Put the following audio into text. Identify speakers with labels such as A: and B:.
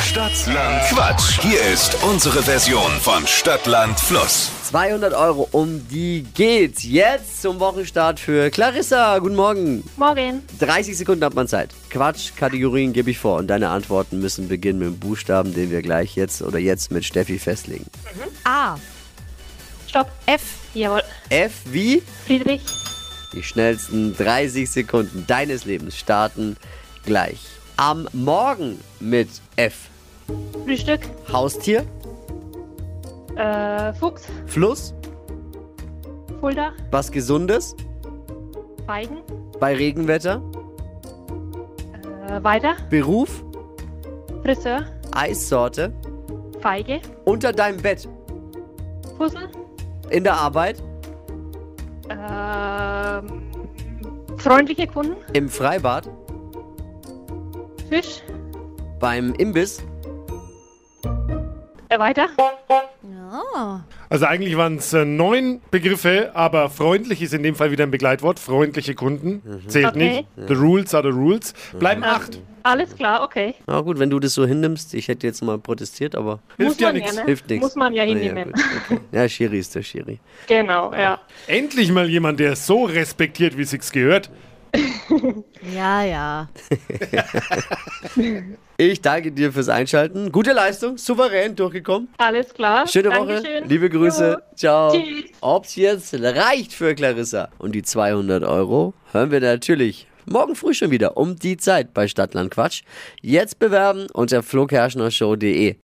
A: Stadtland Quatsch. Hier ist unsere Version von Stadtland Fluss.
B: 200 Euro, um die geht's. Jetzt zum Wochenstart für Clarissa. Guten Morgen.
C: Morgen.
B: 30 Sekunden hat man Zeit. Quatsch, Kategorien gebe ich vor und deine Antworten müssen beginnen mit dem Buchstaben, den wir gleich jetzt oder jetzt mit Steffi festlegen.
D: A.
C: Stopp.
D: F.
C: Jawohl.
B: F wie
C: Friedrich.
B: die schnellsten 30 Sekunden deines Lebens starten gleich. Am Morgen mit F.
C: Frühstück.
B: Haustier,
C: Äh, Fuchs.
B: Fluss,
C: Fulda.
B: was Gesundes,
C: Feigen.
B: bei Regenwetter,
C: Äh, weiter.
B: Beruf,
C: Friseur.
B: Eissorte,
C: Feige.
B: unter deinem Bett,
C: Fussel.
B: in der Arbeit,
C: ähm, freundliche Kunden.
B: im Freibad,
C: Fisch.
B: beim Imbiss.
C: Äh, weiter.
D: Ja.
E: Also eigentlich waren es äh, neun Begriffe, aber freundlich ist in dem Fall wieder ein Begleitwort. Freundliche Kunden zählt
C: Okay.
E: nicht. The rules are the rules. Bleiben acht.
C: Alles klar, okay.
B: Na gut, wenn du das so hinnimmst, ich hätte jetzt mal protestiert, aber
C: Muss
E: Hilft ja
C: man
E: nichts.
C: ja, ne?
B: hilft nichts.
C: Muss man ja
B: ja,
C: hinnehmen.
B: gut, okay. ja, Schiri ist der Schiri.
C: genau, ja.
E: Endlich mal jemand, der es so respektiert, wie sich's gehört.
D: Ja, ja.
B: Ich danke dir fürs Einschalten. Gute Leistung, souverän durchgekommen.
C: Alles klar.
B: Schöne Woche,
C: Dankeschön.
B: liebe Grüße,
C: Jo.
B: ciao.
C: Tschüss.
B: Ob's jetzt reicht für Clarissa und die 200 Euro hören wir natürlich morgen früh schon wieder um die Zeit bei Stadtland Quatsch. Jetzt bewerben unter flokerschnershow.de.